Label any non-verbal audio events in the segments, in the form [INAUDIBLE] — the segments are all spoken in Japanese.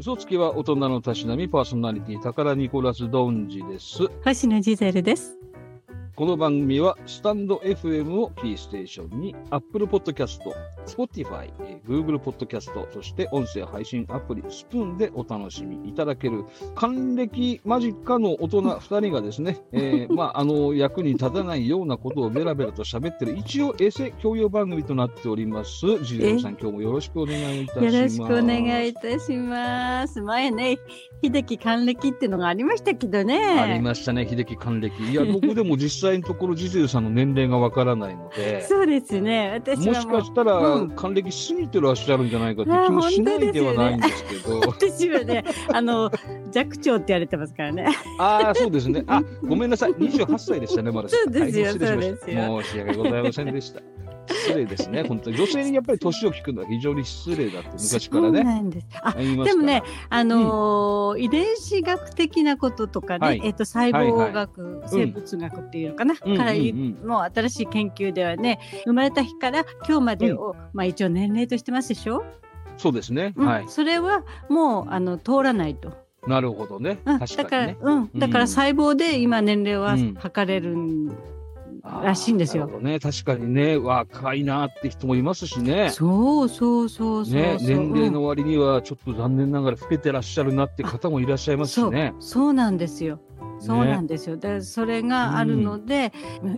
嘘つきは大人のたしなみパーソナリティ宝ニコラス・ドンジです。星野ジゼルです。この番組はスタンド FM をキーステーションに Apple Podcast、Spotify、えー Google Podcast、そして音声配信アプリスプーンでお楽しみいただける還暦間近の大人2人がですね、え [LAUGHS] ーまあ、あの役に立たないようなことをベラベラと喋ってる一応衛星教養番組となっております。ジレルさん、今日もよろしくお願いいたしよます。ろしくお願いいたします。前ね、秀樹還暦ってのがありましたけどね。ありましたね、秀樹還暦。い [LAUGHS] や、僕でも実際のところ、ジゼルさんの年齢がわからないので、そうですね。私もはしもうかしたうらん還暦過ぎてらっしゃるんじゃないかってあー気もしない本で当ですよはないねんですけど、 [LAUGHS] 私はね、あの弱長って言われてますからね。ああ、そうですね。あ、ごめんなさい、28歳でしたね、まだ。そうですよはい失礼しましたそうですよ申し訳ございませんでした。失礼ですね、本当に。女性にやっぱり年を聞くのは非常に失礼だって昔からそうね、なんです。あ、言いますでからもね、、あのー遺伝子学的なこととかね、はいえっ、と細胞学、い生物学っていうのかな、うんうんからいうんもう新しい研究ではね、生まれた日から今日までを、まあ一応年齢としてますでしょ。そうですね、うんはい。それはもうあの通らないと。なるほどね、うん確だかから、にね。うん、だうからん細胞で今年齢はうん測れるん、あーらしいんですよなるほどね、確かにね、若いなーって人もいますしね。そうそうそうそうそう、ね、年齢うんの割にはちょっと残念ながら老けてらっしゃるなって方もいらっしゃいますしね。そうなんですよ。そうなんですよ。で、それがあるので、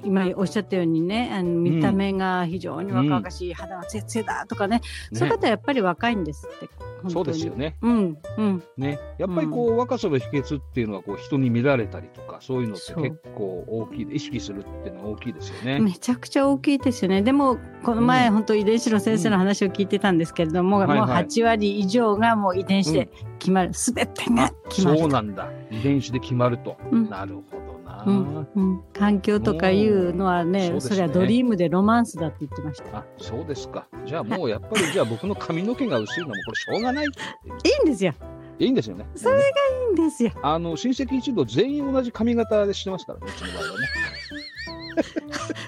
今おっしゃったようにね、あの見た目が非常に若々しい、肌がツヤツヤだとかね、そういうね方はやっぱり若いんですって。本当にそうですよ。ねうん、うん、ねやっぱりこう、若さの秘訣っていうのはこう人に見られたりとかそういうのってそう結構大きい意識するっていうのは大きいですよね。めちゃくちゃ大きいですよね。でも、この前、うん本当遺伝子の先生の話を聞いてたんですけれども、はいはいもう8割以上がもう遺伝子で決まる。すべ、てがあ決まる。そうなんだ遺伝子で決まると、うんなるほどな、うんうん、環境とかいうのはねもうそそうですねれはドリームでロマンスだって言ってました。あそうですかじゃあもうやっぱりじゃあ僕の髪の毛が薄いのもこれしょうがないいいんですよ。いいんですよね。それいいんですよ。あの親戚一同全員同じ髪型でしてますからねうちの場合はね。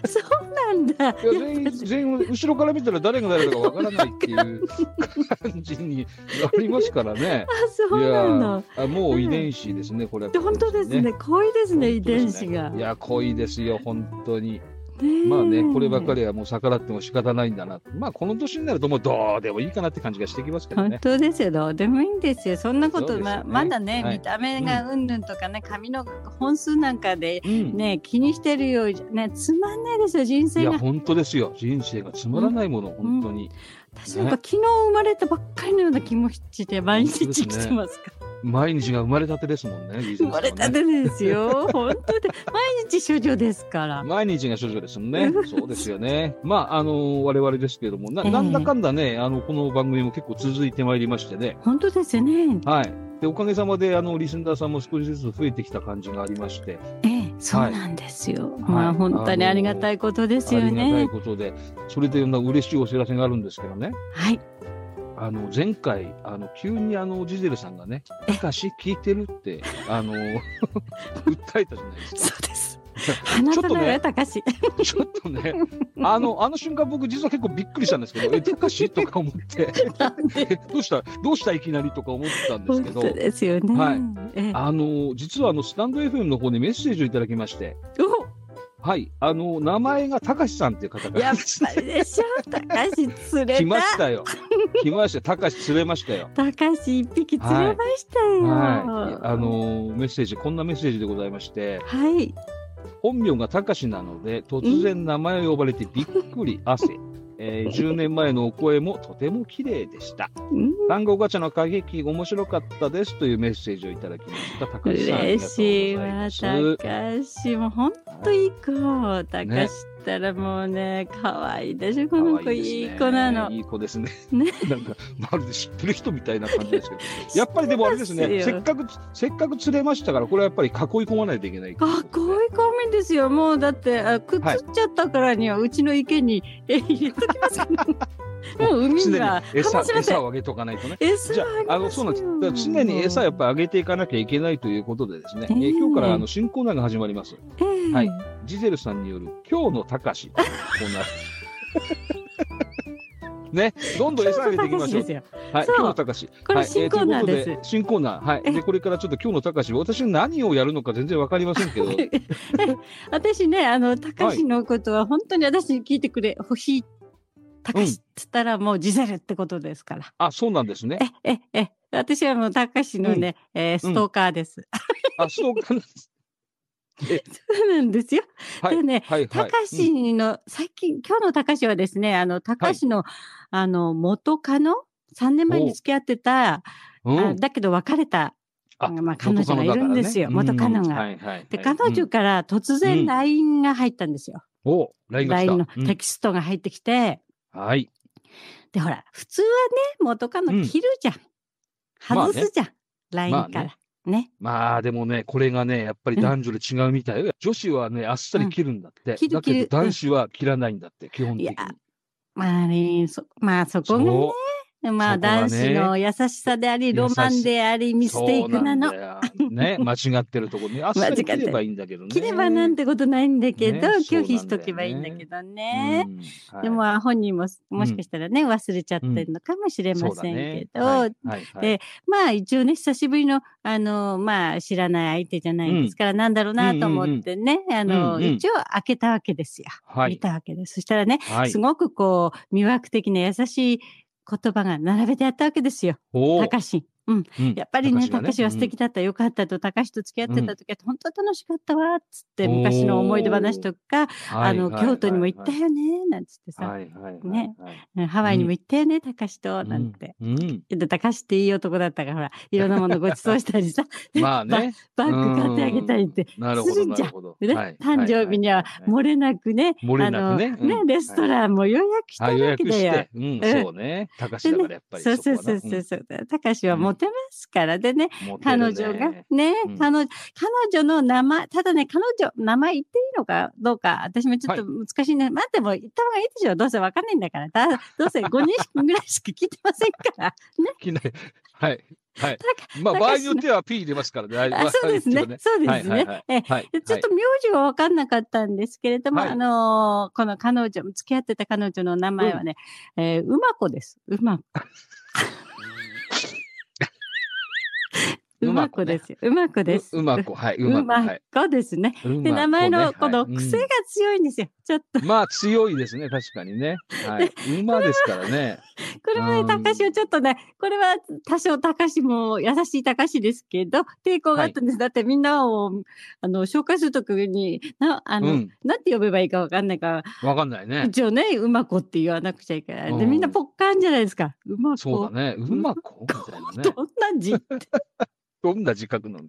そうなんだ。いや全員全員後ろから見たら誰が誰だかわからないっていう感じになりますからね。あ、 [LAUGHS] そういなんやだ。あもう遺伝子ですね、これは。本当ですね。濃いですね、遺伝子が。いや濃いですよ本当にねえまあねこればっか。りはもう逆らっても仕方ないんだなまあこの年になるともうどうでもいいかなって感じがしてきますけど本ね当ですよ。どうでもいいんですよ。そんなこそうと、ですよねままだね、はい見た目がうんぬんとかね、髪の本数なんかでうんね、気にしてるようじゃね、つまんないですよ、人い生やが。本当ですよ人生がつまらないもの、ん本当に私なんか昨日生まれたばっかりのような気もして、毎日本当来ですねてますから。毎日が生まれたてですもんねリズ生ムさんまはねれたてで [LAUGHS] すよ。本当で毎日処女ですから。毎日が少女ですもんね。そうですよね。まあ、あの、我々ですけれども、ななんだかんだね、あの、この番組も結構続いてまいりましてね。本当ですよね。はい。で、おかげさまで、あの、リスナーさんも少しずつ増えてきた感じがありまして、ええ、そうなんですよ。まはあい本当にありがたいことですあよりがたいね。ことで、それで、な嬉しいお知らせがあるんですけどね。はい。あの、前回、あの、急にあの、ジゼルさんがね、えたかし聞いてるって、あの、 [LAUGHS] 訴えたじゃないですか。そうです。話 [LAUGHS] さちょっとないねよ、たかし。 [LAUGHS] ちょっとね、あの、あの瞬間僕実は結構びっくりしたんですけど、え、たかしとか思って、なんでえ [LAUGHS] どうしたどうしたいきなりとか思ってたんです本けど当、ですよね。はいええ、あの、実はあの、スタンド FM の方にメッセージをいただきまして、お、はい、あの、名前がたかしさんっていう方がやっぱりでしょ。たかし釣れ来また。したよ。来ました。たかし釣れましたよ。たかし一匹釣れましたよ。はい。あ。の、メッセージ、こんなメッセージでございまして、はい。本名がたかしなので、突然名前を呼ばれてびっくり汗。えー10年前のお声もとても綺麗でした。うん単語ガチャの過激面白かったですというメッセージをいただきました。高橋さん。嬉しいわ、ありがとうございまたすかし。もう本当いい子。たかしったらもうね、可愛いでしょ。この可子愛いでいすね子なの。いい子ですね。 [LAUGHS] ねなんか、まるで知ってる人みたいな感じですけど。 [LAUGHS] やっぱりでもあれですね、知ってせっますかく、せっかく釣れましたから、これはやっぱり囲い込まないといけない。あ、こういうコンビですよ。もうだって、あくっつっちゃったからには、うちの池に、え、入れときます。 [LAUGHS] もう海常にには、かもし餌、ませ餌ん。をあげとかないとね。餌じゃあ、あの、そうなんです。だから常に餌をやっぱぱりあげていかなきゃいけないということでですね、えええー今日からあの新コーナーが始まります。りますよ、ええはい [LAUGHS] ジゼルさんによる今日のたかしというコーナー。ね、どんどん餌あげていきましょう。よ。はい、そう今日の高し。これはい新コーナーですえということ新コーナー。はい。で、これからちょっと今日の高し、私何をやるのか全然わかりませんけど。はい。私ね、あの、たかしのことは本当に私に聞いてくれ、ほしい。たかしっつったらもうジゼルってことですから。あ、そうなんですね。え、え、え、私はもうたかしのね、えーストーカーです。 [LAUGHS] あ、そうか。そうなんですよ。はでい。ね、はい。はたい。かうんしの、最近、今日のたかしはですね、あの、たかしの、あの、元カノ ?3 年前に付き合ってた、うあん。だけど別れた。あまあ、彼女がいるんですよ。元元カカノノだが。からねうんはいはい。で、はい彼女、から突う然ん LINE が入ったんですよ。うんお、LINE が来た LINE のうんテキストが入ってきて、はい。で、ほら、普通はね、元カノうん切るじゃん。まあ外ねすじゃん。LINE まあかねら。ねまあでもね、これがね、やっぱり男女で違うみたいよ。女子はね、あっさり切るんだって。ん切るだけど切る男子は切らないんだって、基本的にい。やまあね、そ、まあそこがねそ、まあそこがね男子の優しさであり、ロマンであり、ミステイクなのそう。ん [LAUGHS] だよね、間違ってるとこね。あっさり切ればいいんだけどね。切ればなんてことないんだけど、ね拒否しとけばいいんだけどね。うんはいでもまあ本人ももしかしたらね、忘れちゃってるのかもしれませんけど、そうだねはいはいはいでまあ一応ね久しぶりのあのまあ知らない相手じゃないですから、なんだろうなと思ってね、あの、うんうん一応開けたわけですよ、は見い。たわけですそしたらね、はいす。ごくこう魅惑的な優しい言葉が並べてあったわけですよおー高しうん、うんやっぱりね、高高しは素敵だった、よかったと、高しと付き合ってた時は、本当楽しかったわ、つって、おー昔の思い出話とか、あの、京都にも行った。うんよね、なんつってさ、はいはいはいはいはいはいねうんハワイにも行ったよね、高しと、なんて。うんうんけど、高しっていい男だったから、ほら、いろんなものごちそうしたりさ、 [LAUGHS] まあね。 [LAUGHS] バッグ買ってあげたりって、なるほするど。んなじゃるんほど。ねはい誕生日には漏れなくね、漏れなくねあのうんレストランも予約したはいはいはいあ予わけ約だしよて。。うん、そうね。高しだからやっぱりそうこそうはそうなそうそう。高しはモテますから、でね、うん持ってる彼ね女がね、うん彼女、彼女の名前、ただね、彼女、名前言っていいのかどうか、私もちょっと難しいね。待っても言った方がいいでしょ。どうせわかんないんだから。だどうせ5人ぐらいしか聞いてませんから。機内はい。はい。まあ、場合によっては P 入れ [LAUGHS] ますからね。あそうですね。そうですはいねはいはい。えはい。でちょっと名字は分かんなかったんですけれども、はいあのーこの彼女、付き合ってた彼女の名前はね、えーうまこです。うまこ。う [LAUGHS] うままここねですよ。うまこはいうです。うまく、はい。ううまく、はまい。こですね。うまで、く名前のねこのはい癖が強いんですよ。ちょっと、うんまあ、強いですね。確かにね。はい。馬ですからね。これはうね、ん高しをちょっとね、これは多少高しも優しい高しですけど、抵抗があったんです。だってみんなを、あの、紹介するときに、な、あうの、ん。なんて呼べばいいかわかんないから、わかんないね。一応ね、うまこって言わなくちゃいけない。で、うんみんなぽっかんじゃないですか。うまこ。そうだね。うまくみたいなね。どんな字どんな自覚なんだ。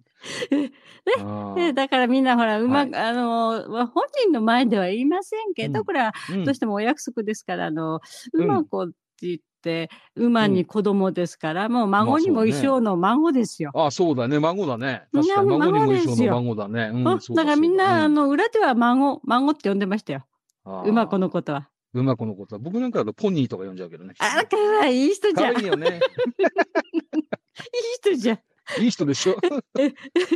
えあねーだからみんなほら、うま、はいあの、まあ本人の前では言いませんけど、うんこれはうんどうしてもお約束ですから、あの、うんうまこって言って、馬に子供ですから、もう孫にもまあそう一ね生の孫ですよ。あ、そうだね。孫だね。みん確なかに孫に孫もで一すよ緒の孫だね。うんあそうだからみんな、あそうの、裏では孫、孫って呼んでましたよ。だうんうまこあのことは。ーうまこのことは。僕なんかだとポニーとか呼んじゃうけどね。あら、かわいいい人じ可ゃん。いい愛いよ [LAUGHS] ね。人じゃん。いい人でしょ。 [LAUGHS]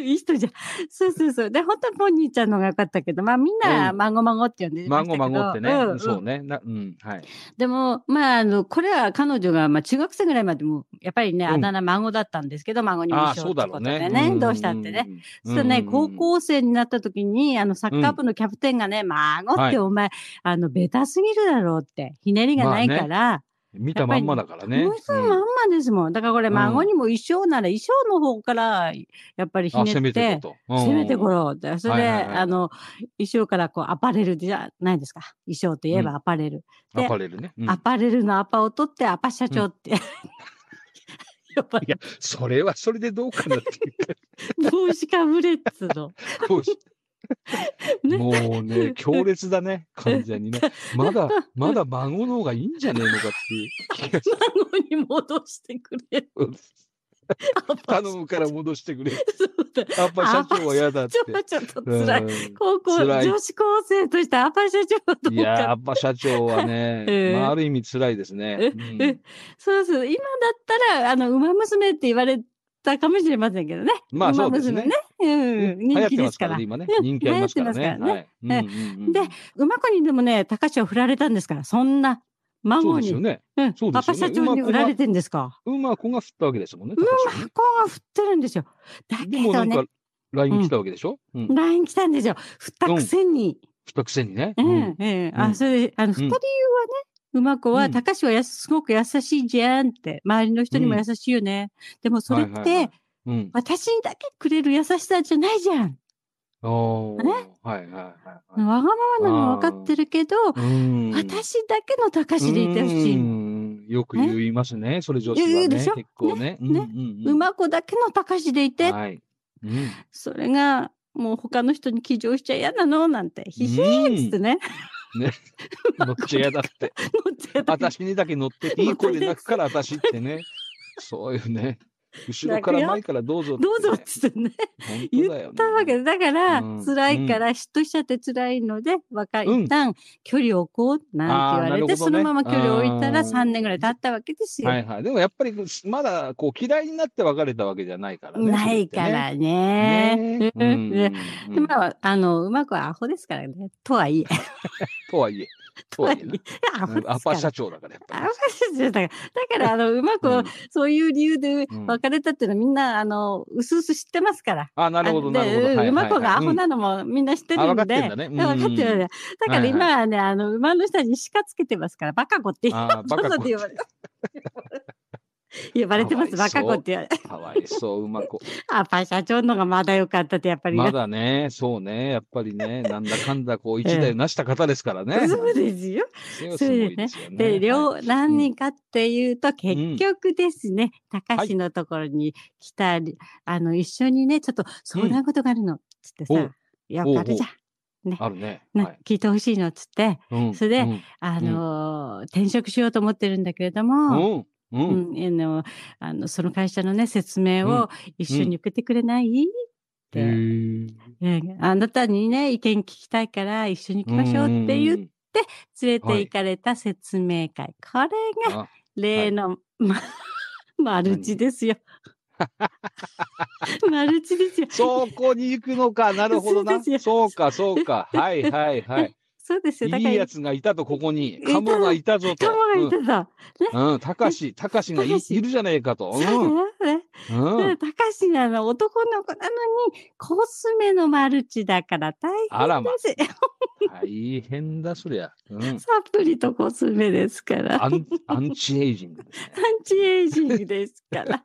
いい人じゃん。そうそうそう。で、本当はポニーちゃんの方が良かったけど、まあみんなうん孫孫って呼んでました孫けど、孫ってね。うんうんそうね。なうん。はい。でも、まあ、あの、これは彼女が、まあ中学生ぐらいまでも、やっぱりね、うんあだ名孫だったんですけど、孫にもああ、一そ緒っうてだころとうでね。ね、んどうしたってね。。そしたらうね、ん高。校生になった時に、あの、サッカー部のキャプテンがね、孫っはていお前、あの、ベタすぎるだろうって、ひねりがないから、見たまんまだからね。もう一まんうんまですもん。だからこれ、うん孫にも衣装なら衣装の方から、やっぱりひあ、ね攻めっててる、と。せめてこれ。ろって、それで、はいはいはいあの、衣装からこう、アパレルじゃないですか。衣装といえばアパレル。でアパレルね。うんアパレルのアパを取って、アパ社長って、 [LAUGHS] やっぱいや、それはそれでどうかなっていう帽子かぶれっつうの。こうねもうね、強烈だね、完全にね。まだ、まだ孫の方がいいんじゃねえのかっていう気がし孫に戻してくれ。アパ頼むから戻してくれ。そうだやっぱ社長は嫌だっちてょ。ちょっとうん辛い。高校、辛い女子高生としてアパ社長はどういかや、なやっぱ社長はえねえ、まあ、ある意味辛いですね。うんえそうそう。今だったら、あの、馬娘って言われたかもしれませんけどね。まあ、そ馬うです娘ねね。。うん。流行人って気でますすかかららね、。今ねう。ん人気ありますからね。流行ってますからねはいうんうんうんで馬子にでもね、高橋を振られたんですから、そんな、そ孫うですに。よね。うん、そうでパすよパね社長に馬子が売られてんですか。馬子が振ったわけですもんね。馬高橋をね子が振ってるんですよ。だけでもなどんねか、LINE 来たわけでしょ、うん振っ LINE 来たんですよ。振ったくせに。たくせにね。ええうんええうあ、んそれで、あの、振った理由はね、馬子うは、ん高橋はやすすごく優しいじゃんって、周りの人にもうん優しいよね。でもそれっはいはいはいて、うん。私にだけくれる優しさじゃないじゃん。おーねはいはいはい、わはい。がままなの分かってるけど、うん私だけの高橋でいてほしうい。んよく言いますね。それ女子はね。言うでしょ結構ね。うんねうんうん馬子だけの高橋でいて、はい。うんそれが、もう他の人に騎乗しちゃ嫌なのなんて、ひひーっつってね。乗っちゃ嫌だ [LAUGHS] って。乗ってやった私にだけ乗ってていい子で泣くから私ってね。そういうね。後ろから前からどうぞってね、どうぞっつってね。本言当だよね。ったわけで、だから、うん辛いから、嫉妬しちゃって辛いので、わかうん一旦距離を置こうなんて言われて、あーなるほどねそのまま距離を置いたらあー3年ぐらい経ったわけですよ。はいはい。でもやっぱりまだこう嫌いになって別れたわけじゃないからね。ないからそれってねね。。ねうんでうんでまあ、あの、うまくはアホですからね。とはいえ。とはいえ。ととははいいええ。アな。アホですパか社ら。長だからやっアぱホですよ。だから、だからあの、うまくり。をうんそういう理由でうん別れたっていうのはみんな、あの、うすうす知ってますから。あ、なるほど、あなでるほど。はいはいはいうん馬子がアホなのもみんな知ってるあ分かっんてんで。だね分かってるんうんだよだからはいはい今はね、あの、馬の下に鹿つけてますから、バカ子ってうんあー、バカ [LAUGHS] そう子で。呼ばれ呼ばれてます、かわいバそうカ子って言われ。 [LAUGHS] かわいそう、馬子。あ、パ社長のがまだ良かったって、やっぱり。まだね、そうね、やっぱりね、なんだかんだこう、一台なした方ですからね。 [LAUGHS] そうですよ。すごいすごいですよね。で、はい両、何人かっていうと、結局ですね、高はい志のところに来たり、あの、一緒にね、ちょっと相談事があるの、つっておさう、よおうくあるじゃん。あるね。なはい聞いてほしいの、つって、うんそれでうんあのー、転職しようと思ってるんだけれどうも、ん。う。うんん、あの、あの、その会社のね、説明を一緒に受けてくれない、って、へーええあなたにね、意見聞きたいから一緒に行きましょうって言う、連んれて行かれた説明会。これがあ例の、ま、 [LAUGHS] マルチですよ。 [LAUGHS] マルチですよ。そこに行くのか、なるほどなそうです。よそうか、そうか。はいはい [LAUGHS] はい。そうですよ。だいから、いやつがいたと、ここに。いたカモがいたぞと。カモがいてさ、うんうん、たかし、たかしがいたかしいるじゃないかと。そうだよね。うん。うん高橋なの男の子なのに、コスメのマルチだから大あら変 [LAUGHS] まですよ。大変だ、そりゃ。うん。サプリとコスメですから。アアンンアンチエイジングですね。チエイジングですから。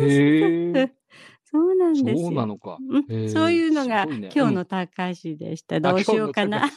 へえ。そうなんですよ。そうなのか。うへん、ーそういうのが、すごいね今うん日の高橋でした。あどうしようかな。。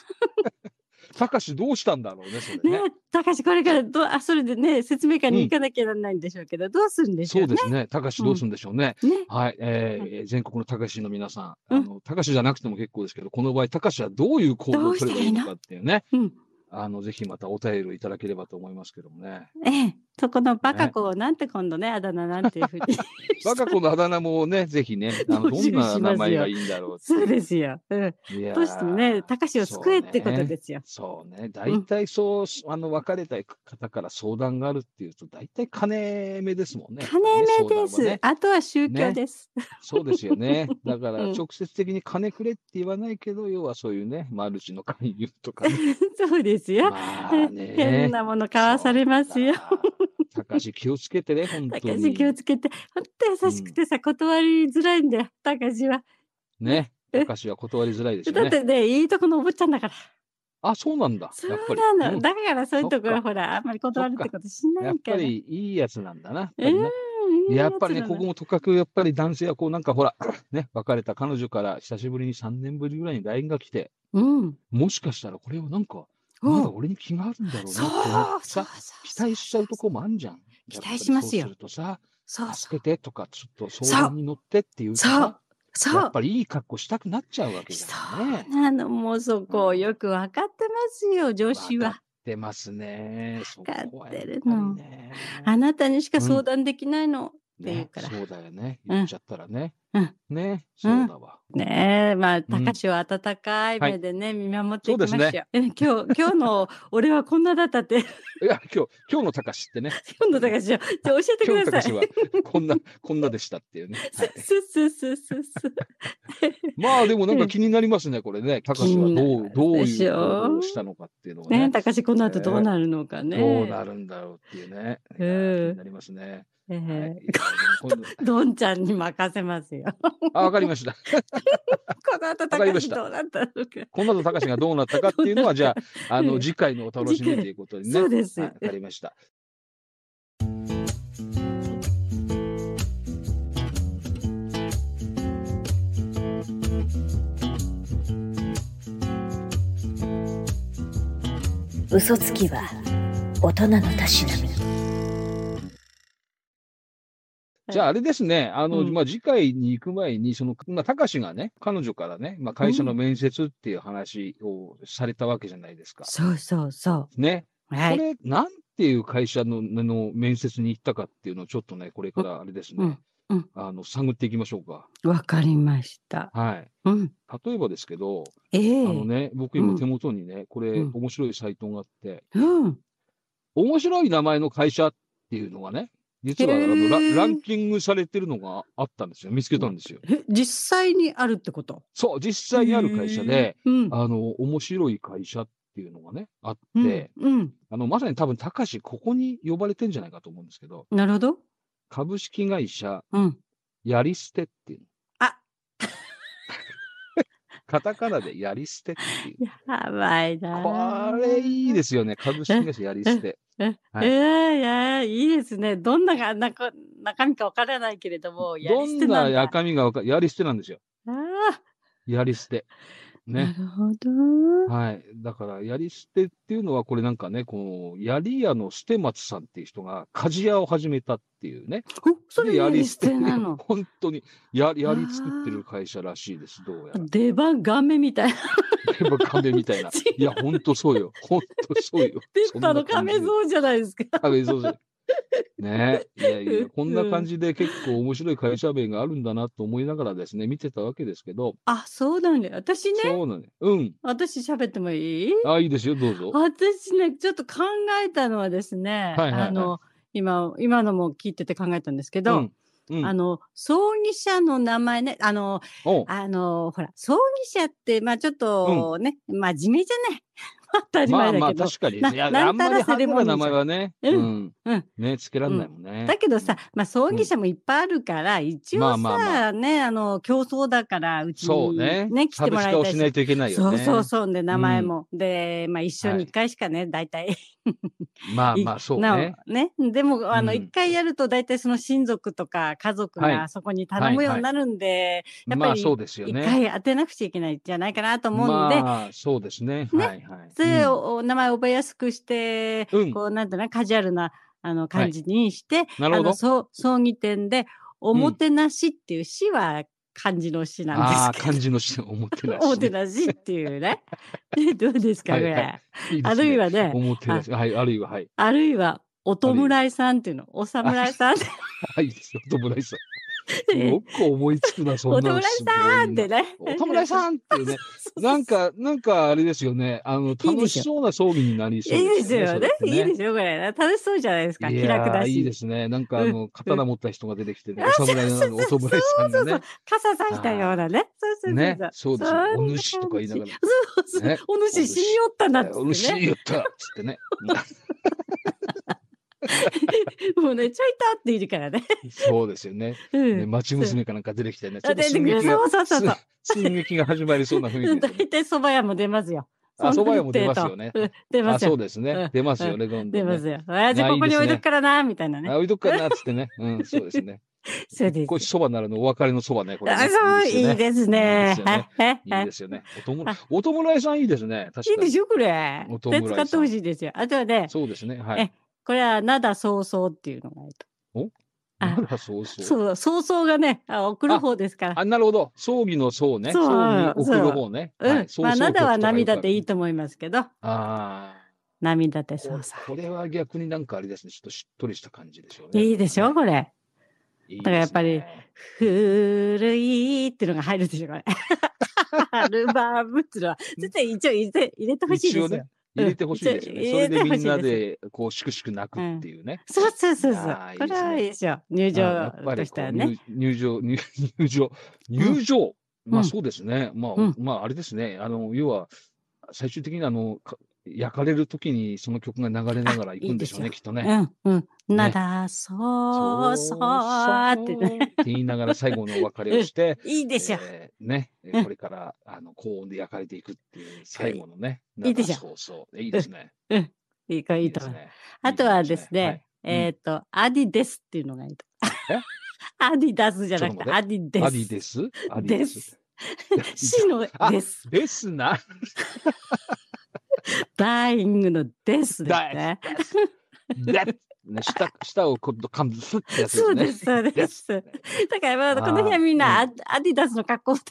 たかしどうしたんだろうね、それねね。、高橋これからどうあそれでね説明会に行かなきゃならないんでしょうけど、どうするんでしそょううですね。たかしどうするんでしょうね。ね。はい、えー全国のたかしの皆さん、うあんの、たかしじゃなくても結構ですけど、この場合、たかしはどういう行動を取ればいいのかっていうね、うん、あの、ぜひまたお便りをいただければと思いますけどもね。ええそこのバカ子をなんて今度ねあだ名なんて [LAUGHS] いうふうに我が子のあだ名もね、ぜひね、あの募ど集んしますなよ名前がいいんだろうって [LAUGHS] そういう。ですよ。うん、いやーどうしてもね高橋を救えってことですよ。そうね、大体そう、あの別れた方から相談があるっていうと、大体金目ですもんね。金目やっぱりねで相す、談はねあとは宗ね教です。そうですよね。だから [LAUGHS] うん直接的に金くれって言わないけど、要はそういうね、マルチの勧誘とか、ね。 [LAUGHS] そうですよ、まあ [LAUGHS] 変ね。なもの買わされますよ。そうか。高橋気をつけてね、本当高橋に。気をつけて本当優しくてさ、断りづらいんだよ高橋は。ね。え高橋は断りづらいですだよっね。てねいいとこのお坊ちゃんだから。あ、そうなんだ。そやっぱうり。なうの。んだからそういうとこそっろかほら、あんまり断るってことしなやっいぱから。りいいやつなんだな。やっぱうりねんいいややっぱりね、つなこのこもとかく、やっぱり男性はこう、なんかほら、ね、別れた彼女から久しぶりに3年ぶりぐらいに LINE が来て、うん。もしかしたらこれはなんか、まだおう俺に気があるんだろうなってそう思っそうてそうさ、期待しちゃうとこもあんじゃん。期待しますやよっぱりそうするそうとさ、そ助うけてとか、ちょっと相談に乗ってっていうとさ、そやっうぱりいい格好したくなっちゃうわけじゃんね。なのもうそこよくわかってますよ女子わかは。ってますね。そこはやっぱわかってりるのね。あなたにしうかん相談できないの。て言うね、からそうだよね。うん言っちゃったらね。うんね、そうだわ。ねえ、まあ、たかしを温かい目でね、見守っていきましょう。そうでえ今日、今日の俺はこんなだったっいて、や、今日、今日のたかしってね、今度たかしを、じゃあ教えてく今日のださたい。かしはこんな、こんなでしたっていう [LAUGHS] ね。はいすすすすす。まあでもなんか気になりますね、これね。たかしはどう、気にどうなるでいうしょ行動をしたのかっていうのがね [LAUGHS] ねえ、。たかし、この後どうなるのかね。どうなるんだろうっていうね。いや気うんになりますね。えはいえ今度 [LAUGHS] どんちゃんに任せます [LAUGHS] よ。あ、わかりました。この後、たわかりかまししたどうなったのか。この後、たかしがどうなったかっていうのは、 [LAUGHS] じゃあ、あうの、ん次回のお楽しみということでね。そうですはいわかりました。嘘つきは大人のたしなみじゃあ、あれですね。あの、うんまあ、次回に行く前に、その、まあ、たかしがね、彼女からね、まあ、会社の面接っていう話をされたわけじゃないですか。そうそうそね。う。はこい。れ、なんていう会社のあの面接に行ったかっていうのをちょっとね、これからあれですね、うんうんあの探っていきましょうか。わかりました。はい。うん。例えばですけど、ええあのね、僕う今ん手元にね、これ、うん面白いサイトがあって、うん。面白い名前の会社っていうのがね、実はあへのーラランキングされてるのがあったんですよ。見つけたんですよ。え実際にあるってことそう、実際にある会社で、、へえうん、あの、面白い会社っていうのがね、あって、うんうん、あの、まさに多分、たかし、ここに呼ばれてんじゃないかと思うんですけど、なるほど。株式会社、うん。やり捨てっていうの。あ [LAUGHS] カタカナでやり捨てっていう。やばいなあ。これいいですよね。株式会社やり捨て。はいい、やいや、いいですね。どんながなか中身かわからないけれども、 [LAUGHS] やどり捨てんななんだ。中身がわかやり捨てなんですよ。あやり捨て。ーね。なるほど。はい。だから、やり捨てっていうのは、これなんかね、この、やり屋の捨松さんっていう人が、鍛冶屋を始めたっていうね。おそれやり捨てな [LAUGHS] の。本当に、や、やり作ってる会社らしいです。どうや [LAUGHS] ら。出番顔面みたいな。電波亀みたいな。いや、ほんとそうよ。ほんとそう [LAUGHS] よ。電そんな波の感じ亀像じゃないですか。あ、そうそう。 [LAUGHS] ねえ、いやいや、こんなうん感じで結構面白い会社名があるんだなと思いながらですね、見てたわけですけど、あ、そうなんだよ。私ね、そうなのよ。うん。私喋ってもいいあ、いいですよ、どうぞ。私ねちょっと考えたのはですね、はいはいはいあの今今のも聞いてて考えたんですけうど、ん。うんあの葬儀社の名前ねあのおうあのほら葬儀社ってまあちょっとね、まあ地味じゃない [LAUGHS] 当たりまあま前だあ、けど、確かに。いなや、なあんんたまらりセ派レ手モなニーじ名ゃん前はね、ううん。うんね、つけられないもんね。だけどさ、まあ、葬儀社もいっぱいあるから、一応さ、まあまあまねあの競争だからうちうん、そうに、ねね。来てもら差い別化をたいしないといけないそようね。そうそうで名前うんも、で、まあ、一生はいに一回しかね、大体まあまあ、そうなおね。ね、でも、あの、うん一回やると、大体その親族とか家族はいがそこに頼むようになるんで、やっぱまりあ、そうですよ一、ね。回当てなくちゃいけないんじゃないかなと思うんで、まあ、そうですね。ねはいはい。それを、お名前を覚えやすくして、うんこう、なんていうの、カジュアルな、あの、感じにして、うんなるほどあの、。そう、葬儀店で、おもてなしっていう死は漢字の死なあんあ、ですけど。漢字の詩、おもてなし。 [LAUGHS] おもてなしっていうね。 [LAUGHS] ねどうですか、はこいれ、はいいいですあるいねはね、おもてなし。はい、あるいは、はい。あるいは、お弔いさんっていうの、お侍さんってはい、いいですよ、お弔いさん。いうよく思いつくな、そんなおの侍すごいさんってな。ね。お侍さんっていうね、 [LAUGHS] そうなんか、なんかあれですよね、あの、いい楽でししょそうな葬儀になりそういいですよね。それいいってですよ、これ。楽しそうじゃないですか。い気楽やだーし。いいですね。なんかあの、刀持った人が出てきてね、お侍のなんかおそうそう侍さんがそうね、傘さしたようなね。そうそうそうそう。ね、そうですよんなお主とか言いながら感じそうそう。ねお主死におったなっつお主ってね。言ったっつってね、もうね、ちょいとっているからね。そうですよね。うねん。町娘かなんか出てきてね、ちょあっと出て寸くる劇がそうそうそうそう。す寸劇が始まりそうな雰囲気ですよね大体蕎麦屋も出ますよ。あそそんなばん屋も出ますよねうん出まあ、すそよう。ですうんね。出ますよね、どんど出んねま。すよ。あじゃあここに置いとくからな、みたいなね。あ、置いとくかなっつってね。うん、そうです [LAUGHS] ね。そうですこ。れそばならのお別れのそばね、これね、あ、そう、ですよいいねですねいいですよ。ねはいはいいはいいで。すよ [LAUGHS] ね。おともら、お弔いさんいいですね。い確いかでに。しょこれ。おで弔使いさんってほしいですよ。あとはね、そうですね。はいえ。これは、なだそうそうっていうのがいいと。あならそうそう。そう、そうそうがね、あ送る方ですから。あ、なるほど。葬儀の葬ね。そう葬儀送そるう方ね。うはんい。。そうまあ、そうな曲とかだはよくあ涙るでいいと思いますけど、あ涙であ。そうそこれは逆になんかあれですね。ちょっとしっとりした感じでしょうう。ね。いいでしょこれ。いいですねだからやっぱり。古いっていうのが入るでしょ、[LAUGHS] これ。アルバムっていうのは、絶対一応入れ入れてほしい一ですよ。応ね、入れてほしいですようんね。一そ応れで入れてほみしいですんなで、こう、しくしく泣くっていうね。そうそうそうそう。いやーいいこですねれはいいですよ。入あや場っぱとりしこたうら入、ね。入場、入 [LAUGHS] 入場、入場、まあうんそうですね、まあ、うんまああれですね、あの要は最終的にあのか焼かれる時にその曲が流れながら行くんでしょうね、いいきっとうね。んうん。なだ、そう、そうってね。って言いながら最後のお別れをして、いいでしょ。えーね、えーうんこれからあの高温で焼かれていくっていう最後のね、いいでしょなんかそうそう、えいいですね。いいか、いいとです思う。ねあとはですね、、いいえっと、アディですっていうのがいいとえ。 [LAUGHS] アディダスじゃなく、ちょってとアディいではいアす。ディです。アディでですす。。死のあです。ですな。ダイイングのですですね。で、ね、舌、舌をこう噛むすってやつですね。そうです、そうで。ですだから、まあこの日はあーみんなアうアディダスの格好で。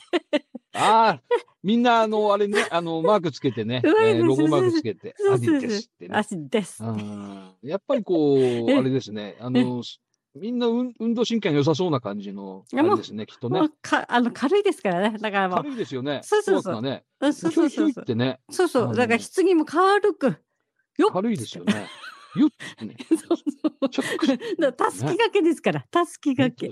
ああ、みんなあの、あれね、あの、マークつけてね、えうまいーロゴマーそうクつそうけてそ、うアそうデそうィですってね。足です。うんやっぱりこう、あれですね、あの、みんな運運動神経が良さそうな感じの、いあやもうれですね、きっともねう。かあの軽いですからね。だからもう軽いですよね。そうそうそうフォークがね。うん、そうそうひそょういひそょいうっ。てね、そうそあう。のだから棺も軽く。よっ軽いですよ。ね。ゆっとね。そうそうちょっとねだからたすき掛けですから。たすき掛け。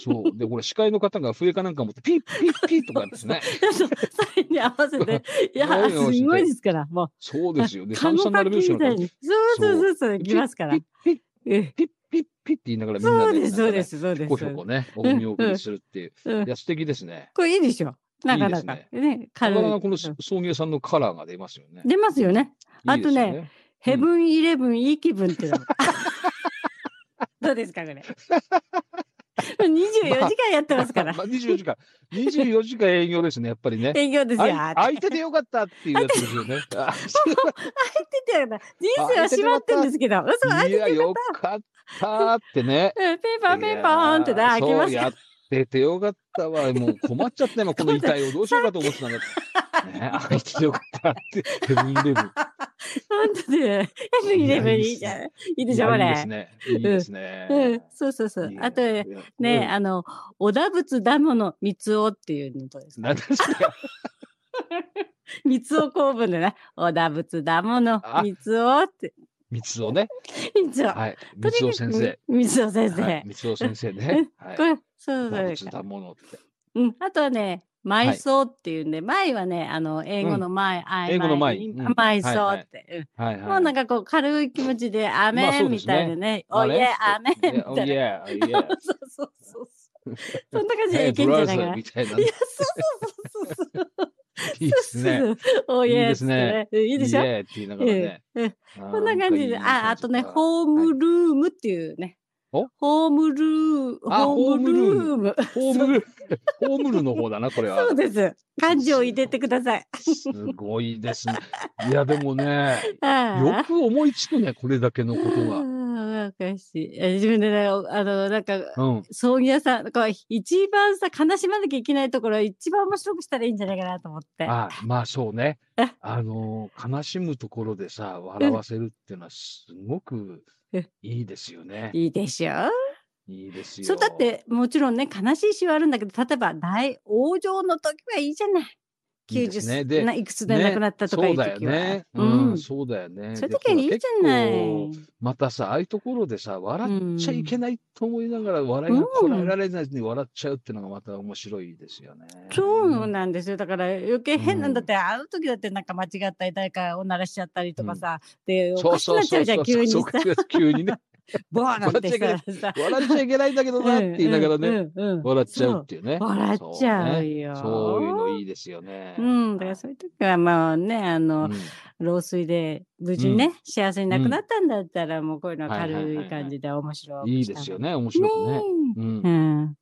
そう。で、これ、司会の方が笛かなんか持って、ピッピッピッとかですね。 [LAUGHS] そうそれに合わせて。いやこういうのをしてすごいですから。もそうう。ですよ。で、カ三モ三掛並べるけしみたいに。そうそうそうそう。いきますからピッ。ピッえピッピッピッって言いながらみんなそうで、ですそうでなんかね。ひょこすそうでひょすこ。ね、お見送りするっていう。うんいや、素敵ですね。これいいでしょ。なかないかいで。ねな軽かなかこのい。送迎さんのカラーが出ますよね。出ますよね。あとねいいですよ。ヘブンイレブンいい気分っていうのもどうですかこれ。もう24時間やってますから。 [LAUGHS] まあ、24時間、24時間営業ですね、やっぱりね。営業 [LAUGHS] ですよ。あい空いててよかったっていうやつですよ [LAUGHS] ね。あって言ってたよな人生は閉まってんですけど、嘘 [LAUGHS] あいや、よかったってね。ペーパーペーパーンってな、い開やーきまそすうよ。やっててよかったわ。もう困っちゃ [LAUGHS] った今、この遺体をどうしようかと思ってたんだけど。ね、あいつよかったって、ヘブンイレブン。本当で、ヘブンイレブンいいじゃん。いいでしょ、こいやいいですれ。ね。いいですね。うん、そうそうそうい。いあと、ねね、あの、小田仏ダムの三つおっていうのとですうんね。なんですか三つお公文でね、小田仏ダムのあ三つおって、三つおね。三つお。はい。三つお先生。み。三つお先生。はい三つお先生ね。はいこ。れ、そう動そう物だものって。うん、あとはね、埋葬っていうんで、埋はね、あの、英語の埋、あい英語の埋にうん埋葬って。うんはいもうはなんい。かこう、軽い気持ちで、まアあメそンうでみすねたいなね、まおあいねえ、アメンみおたいいな。や、おいそやう。そうそうそう。そんな感じでいけんじゃないかな。いみたいな。いや、そうそうそうそう。いですね。おいいいえでっつすってねね。うんいいいでしょって言いながらね。うんうんあーこんな感じで、あ、あとね、ホホームルームっていうね。おホームルーム、あホームルーム。ームル、ホームルの方だな、これはそう。です。漢字を入れてください。すごいですね。いや、でもね、よあく思いつくね、これだけのあことが。ーおかしい。え自分でね、おあの、なんか、うん。葬儀屋さん、こう一番さ、悲しまなきゃいけないところを一番面白くしたらいいんじゃないかなと思って。あまあそうねえ。あのー、悲しむところでさ、笑わせるっていうのはすごくえいいですよね。いいでしょいいですよ。そうだっ、て、もちろんね、悲しい詩はあるんだけど、例えば、大往生の時はいいじゃない。いい90です歳ねでないくつで亡くなったとかいう時は。そうだよね。う。うんん、そそうだよね。ういうで時はいいほじらゃない。結構またさ、ああいうところでさ、笑っちゃいけないと思いながら、笑いうんがこらえられないのに笑っちゃうっていうのがまた面白いですよね。そうなんですよ。だから余計変なんだうんって、あの時だってなんか間違ったり誰かを鳴らしちゃったりとかさ、で、おそかうしくそなうっちゃそううじゃそん、う。急にさ、そうそう急にね。 [LAUGHS] ボーなんて笑っさ、さ笑っちゃいけないんだけどなって言いながらね、うんうんうん笑っちゃうっていうね。そう笑っちゃうよ。そうねそういうのいいですよね。うん、だからそういう時はまあね、あの、うん老衰で無事にね、う幸せに亡くなったんだったら、もうこういうのははいはいはい軽はいい感じで面白くいいしたですよね。ね、面白くね。うんう、ん。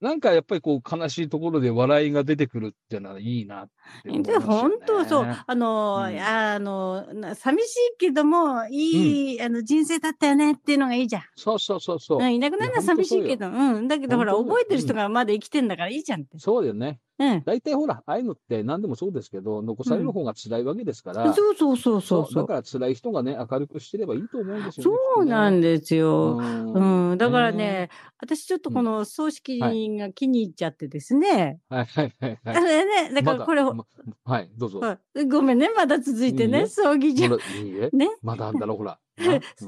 なんかやっぱりこう悲しいところで笑いが出てくるっていうのはいいなって思いますでよね。本当そう。あの、うんあの、な寂しいけども、いい、あの人生だったよねっていうのがいいじゃん。そうそうそうそうう。ん、いなくなるのいやは本当寂しいけど、うん。だけどほら、本当そうよ覚えてる人がまだ生きてんだからいいじゃんって。そうだよね。うん。大体ほら、ああいうのって何でもそうですけど、残される方が辛いわけですから、そうそうそそうそううそだう。から辛い人がね、明るくしてればいいと思うんですよね。そうなんですよ。すようん、だからね、私ちょっとこの葬式はが気に入っちゃってですね。はいはいはいあはい。れね、だかまらこれ、まはい、どうぞ。はいごめんね、まだ続いていいね、よ葬儀ほ場。らいいえ、ね、まだあんだろ、 [LAUGHS] ほら。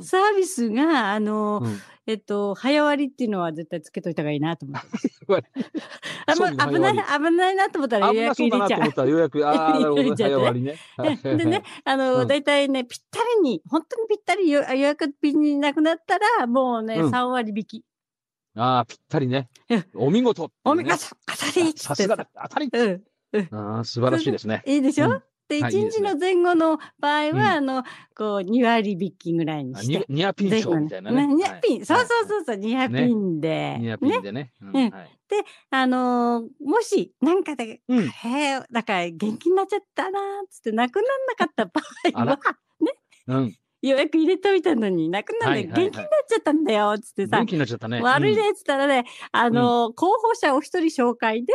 サービスが、あの、うんえっと、早割りっていうのは絶対つけといた方がいいなと思っ [LAUGHS] て。あんそうまですね危ない、早危ないなと思ったらあ予んな約そう入だなれちとゃ思ったら予約、ああ、なるほ入ど、れちゃって早割りね。は [LAUGHS] う。いでね、、あうの、ん大体ね、ぴったりに、本当にぴったり予予約便になくなったら、もうね、うん3割引き。ああ、ぴったりねうん。お見事。おめねがと当たりっつさってすがだ、当たり。うん。ああ、素晴らしいですね。いいでしょ、うんで、はい1いいです日ねの前後の場合は、うんあの、こう、2割引きぐらいにあしてニ。ニアピンぜ賞後みたいなね。ニアピン、そうそうう。そうそう、ニアピンで。ニアねピンでね。うんうんはいあのーもし、なんかで、うんへえ、だから、元気になっちゃったなーっつって、なくなんなかった場あ合らは、うん。予約入れといたのに、なくなんはで、いはいはい元気になっちゃったんだよ、つってさ元、気になっちゃったね。悪いうん。ね、つったらね、あのー候補者お一人紹介で、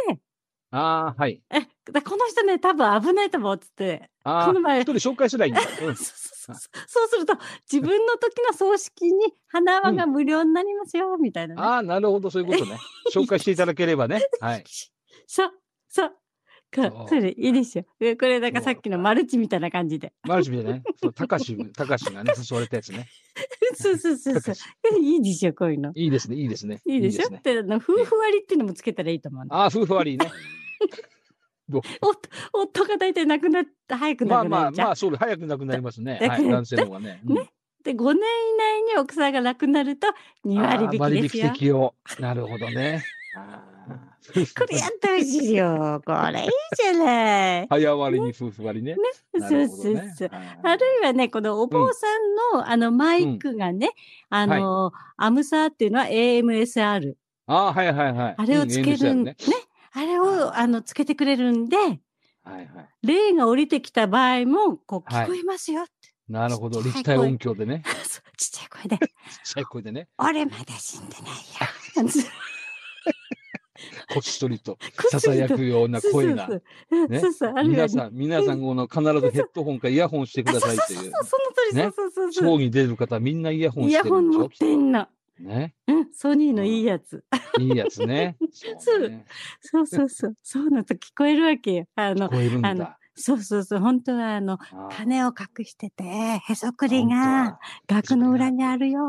ああ、はい。え、だこの人ね、多分危ないと思う、つって、あこのあ、前一、人紹介すりゃいいんだ。 [LAUGHS] うんそうそうそうそうすると、自分の時の葬式に花輪が無料になりますよ、みたいな、ね。ああ、なるほど、そういうことね。紹介していただければ [LAUGHS] ね。はい。そう、そう。そうこそれいいですよ。でこれなんかさっきのマルチみたいな感じで。マルチでね、そう、たかし、たかしがね、誘われたやつね。そうそうそうそう。いいですよ、こういうの。いいですね、いいですね。いいでしょねってあの夫婦割っていうのもつけたらいいと思うの。ああ、夫婦割り [LAUGHS] ね。夫夫が大体亡くなって、早くま亡あくまなあるじゃん。まあ、そうで、早くなくなりますね。だはけい、ど男性の方がね。うんで、5年以内に奥さんが亡くなると2割ああ割引きです引よ。適用。なるほどね。ああこれやったらいいよ。これいいじゃない。 [LAUGHS] 早割りに夫婦割りね。そなうるそほうどそう。ねあるいはね、このお坊さんの、あのマイクがね、あの、アムサーっていうのは AMSR。ああ、はいはいはい。あれをうんつけ NSR るん、ねね。あれを、あの、つけてくれるんで、はいはい。霊が降りてきた場合も、こう、はい聞こえますよって。 [LAUGHS] なるほど。ちっちゃい立体音響でね。そうちっちゃい声で、ちっちゃい声でね。俺まだ死んでないよ。 [LAUGHS] なんつこっそりとこっそり囁とくような声がそ。うそうそうねそうそう、あるよ皆ね。さん、皆さん、この必ずヘッドホンかイヤホンしてくあ、そだうそさういそうとそう、そいうの。通り、ねそうそうそうそ葬儀に出る方、みんなイヤホう。ンイしヤてホるンんでし持っょてんの。ね。うん、ソニーのいいやつ。いいやつね。そうね。そうそうそう。そうなと聞こえるわけよ。あの聞、こえるんあのだ。そうそうそう。本当はあの、ああ羽を隠してて、へそくりが額の裏にあるよ。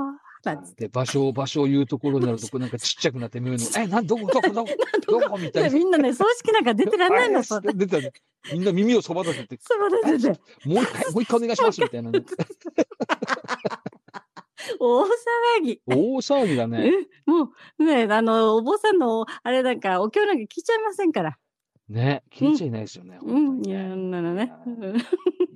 なんつってで、場所を、場所を言うところになると、こうなんかちっちゃくなって見えるの。 [LAUGHS] え、なん、どこ、どこ、どこ、どこみたいな。みんなね、葬式なんか出てらんな [LAUGHS] いの、そうだ。出たねみんな耳をそばだてて、そうだそうだ。もう一回、もう一回お願いしますみたいなね。大騒ぎ。大騒ぎだね。えもう、ね、あの、お坊さんの、あれなんか、お経なんか聞いちゃいませんから。ね、聞いちゃいないですよね。う本ん、当いにや、ねあんなのね。うん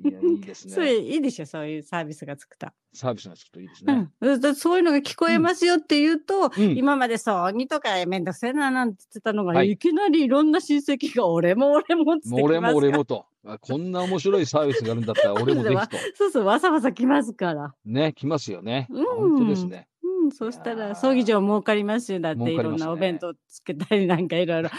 いや、いいです [LAUGHS] そういね。ういいでしょ、そういうサービスがつくと。サービスがつくといいですうね。んうんだそういうのが聞こえますよって言うと、うん今まで葬儀とかめんどくせえななんて言ってたのが、はいい、きなりいろんな親戚が俺も俺もっつってもうきま俺すも俺からもと。あこんな面白いサービスがあるんだったら俺もぜひと。 [LAUGHS] そうそう、わさわさ来ますから。ね、来ますよね。うん本当ですね。うん、そうしたいやーら葬儀場儲かりますよ。だってい儲かりろまんすねなお弁当つけたりなんかいろい [LAUGHS] ろ。ね、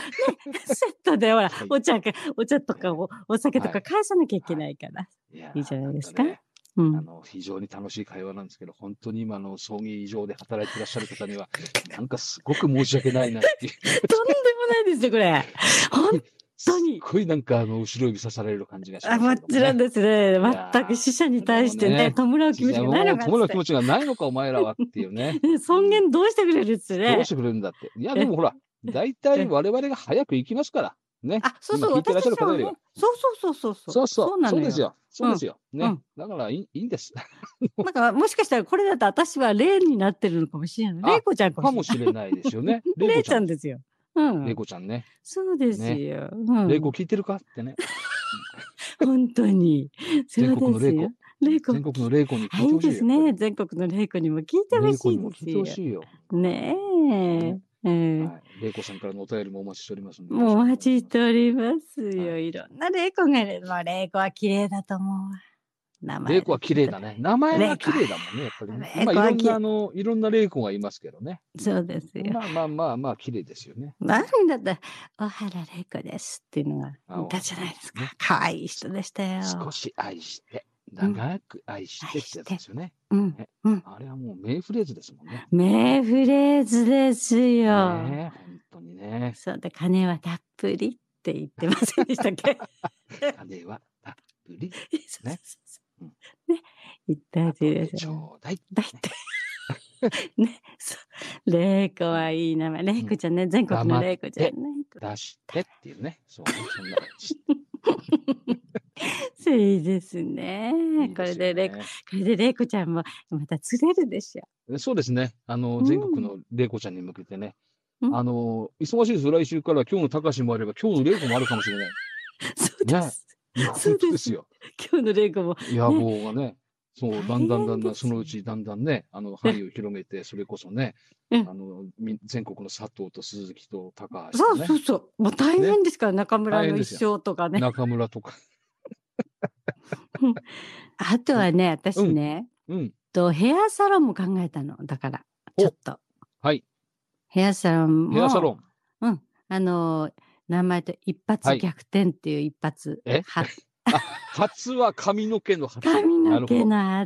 セットでほらはい、お茶か、お茶とかおお酒とはかい返さなきゃいけないから。やいいじゃないですかんねうあん。の、非常に楽しい会話なんですけど、本当に今あの葬儀場で働いてらっしゃる方には、なんかすごく申し訳ないな [LAUGHS] っていう。とんでもないですよ、これ。ほん当にすっごいなんかあの、後ろ指さされる感じがしまあ、すもけどちろもんね。ですねや。ー全く死者に対してね、そ弔う気い持やちもがうないのか友っのつ気っ持ちがないのか、お前らはっていうね。て。尊厳どうしてくれるっつってどねうし。てくれるんだって。いや、でもほら、大体我々が早く行きますから。ね。あ、そうそう、今聞いて私らたっしゃるち方はよりはね。そうそうそうそう。そうそう。なのですよ。そうですよ。うねん。だからいいいいんです。なんか、もしかしたらこれだと私は霊になってるのかもしれない。あ霊子ちゃんかかももししれないですよ [LAUGHS] ね。れなレい。イコ霊ちゃん。ですよ。うん。レイコちゃんね。そうですよ。うん、レイコ聞いてるかってね。本当に。そう全国のですレイよコ。。霊子全国のレイコにあ聞いいていほしいよ。ですね。全国の霊子にも聞いてほレイコしにいもで聞いてほすよ。しいよ。ねねえ。うんはいレイコさんからのお便りもお待ちしておりますので。もうお待ちしておりますよ。はいいろんな霊子がいる。まあ、霊子は綺麗だと思うわ。名前。玲子は綺麗だね。名前が綺麗だもんね、やっぱりね。まあ、いろん玲子はな、あの、いろんな玲子がいますけどね。そうですよ。まあまあまあまあ、綺麗ですよね。何だったら、小原玲子ですっていうのがあいたじゃないですか。可愛い人でしたよ。少し愛して、長く愛してってやつですよね。うん。あれはもう名フレーズですもんね。名フレーズですよ。ねえ本当に [LAUGHS] ね。そうだ、金はたっぷりって言ってませんでしたっけ [LAUGHS] 金はたっぷりね。ね。言ったはずですちよ。ょうだい。だいたい。ね、そう。玲子はいい名前。玲子ちゃんね、全国の玲子ちゃんね。出してっていうね。そうね、そんな感 [LAUGHS] じ。そういいですね。いいこすれよで玲子、これで玲子ちゃんもまた釣れるでしょ。 [LAUGHS] ねそうですね。あうの、ん全国の玲子ちゃんに向けてね。うんあの、忙しいです。来週から今日の高志もあれば、今日の玲子もあるかもしれない。そうです。いや [LAUGHS] そ本うです当ですよ。今日の玲子も [LAUGHS] 野望がね。そう、だんだんだんだ大変ん、ですそのうちだんだんね、あの、範囲を広めて、それこそね、あうんの、み全国の佐藤と鈴木と高橋そとうねそ、うそう。もう大変ですから、中村大変ので一す生とかね。中村とか。あとはね、私ね、うん。とヘアサロンも考えたの。だから、おちょっと。はい。ヘアサロンも。ヘアサロン。うん。あのー、名前と一は発い逆転っていう一発。えはあ、初は髪の毛の初。髪の毛なる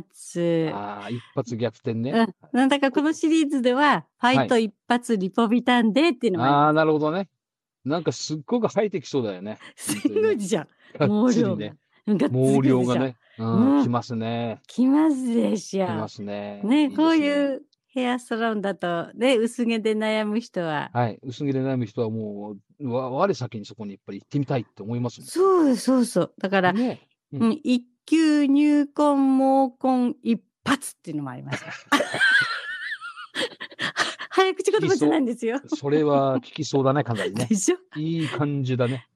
ほの [LAUGHS] 圧ど。。ああ、一発逆転ね。うんなんだかこのシリーズでは、フいァイト一発リポビタンでっていうのが、ああ、なるほどね。なんかすっごく生えてきそうだよね。すごいじゃん。がっ毛つ量りね。。がうんがっつり毛くる量でしょが。ね。ううんん、きますね。きますでしきょ。ますね。ねいいですこういうヘアサロンだと、ね、薄毛で悩む人は。はい。薄着で悩む人はもう、わ我先にそこにやっぱり行ってみたいって思いますもんそうそうそう。だから、ね。うんうん、一級入婚毛婚一発っていうのもあ [LAUGHS] りますよ。早口言葉じゃないんですよ。それは聞きそうだね、かなりね [LAUGHS] で。しょいい感じだね。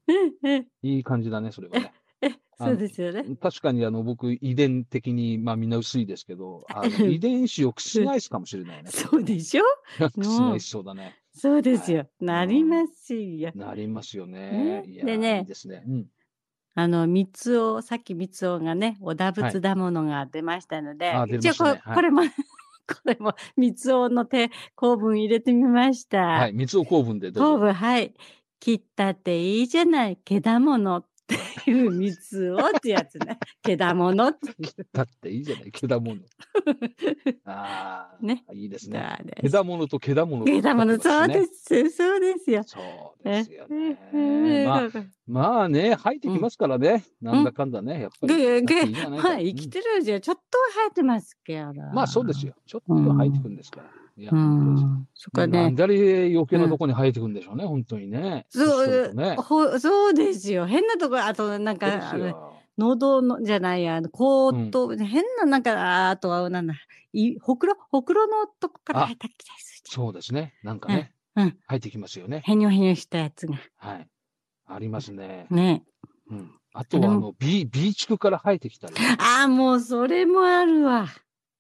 うんうんいい感じだね、それはね。えあそのうですよね。確かに、あの、僕、遺伝的に、まあ、みんな薄いですけど、あうのん遺伝子を覆すかもしれないね。そうでしょ [LAUGHS] なんか覆しそうだね。そうですよ。いなりますよ。なりますよね。ねいやーでねいいですね。うん。あの、三つお、さっき三つおがね、おだぶはいつだものが出ましたので、あ出ま一応したこ,、ねはいこれも [LAUGHS] 、これも三つおの手、公文入れてみました。はい。三つ公文でど頭うぞ。部はい。切ったっていいじゃない、毛だものっていう蜜をってやつ [LAUGHS] ね。毛だものっていう。だっていいじゃない。けだもの。ああ、ねいいですね。だけだものとけだもの。毛だもの、そうで。す、そうですよ。そうですよえね。ま [LAUGHS] あ、えまあね、生えてきますからね。なんだかんだね、やっぱり。ぐぐだっていいじゃないかはい、生きてるじゃん、ちょっとは生えてますけど。うんまあそうです。よ。ちょっとは生えてくんですから。いや、う本当ですん。そこはなねん。だり余計なとこに生えてくんでしょうね、本当にね。そ年取るうとね。ほそうですよ。変なところ、あとなんそうですか、あのよ。喉の、じゃないや、あの喉頭、変な、なんか、あとは、なんだ、いほくろ、ほくろのとこからあ入ったきたりするじゃんそうですね。なんかね、うん生えてきますよね。へにょへにょしたやつが。はい。ありますね。ね。うん。あとは、ああのの、B、B 地区から生えてきたりああ、もうそれもあるわ。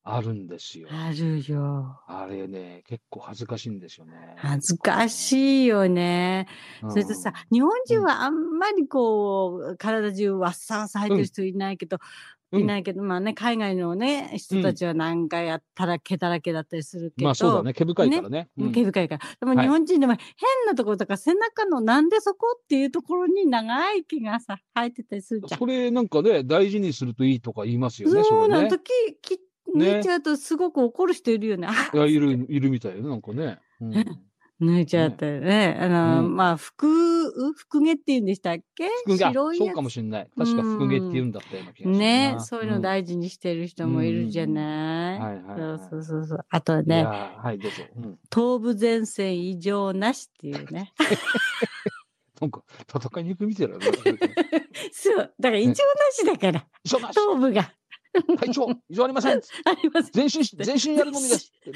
あるんですよ。あるよ。あれね、結構恥ずかしいんですよね。恥ずかしいよね。うんそれとさ、日本人はあんまりこう、体中わっさんさ入ってる人いないけど、うんいないけど、まあね、海外のね、人たちは何回やったら毛だらけだったりするけど。まあそうだね、毛深いからね。うん毛深いから。でもはい日本人でも変なところとか背中のなんでそこっていうところに長い毛がさ、生えてたりするじゃん。それなんかね、大事にするといいとか言いますよね、そうそなれねんだ。。き、き、ね抜いちゃうとすごく怒る人いるよね。あいや、いる、いるみたいよ、なんかね。うん [LAUGHS] 抜いちゃったよね。あのー、うんまあ、服、服毛っていうんでしたっけ服が、 [LAUGHS] 白いそやうかもつ。しれない。確か、服毛って言うんだったような気がするな。ね、そういうの事。大事にしてる人もいるじゃない、はいはいはい。そうそうそうそう。あとはいねや、ーはい、どうぞ。うん頭部前線異常なしっていうね。 [LAUGHS] なんか、戦いに行くみたいだね。 [LAUGHS] そう。だから異常なしだから、異常なし頭部が隊長、異常ありませんあります。全身し、 [LAUGHS] 全身やるのみです。で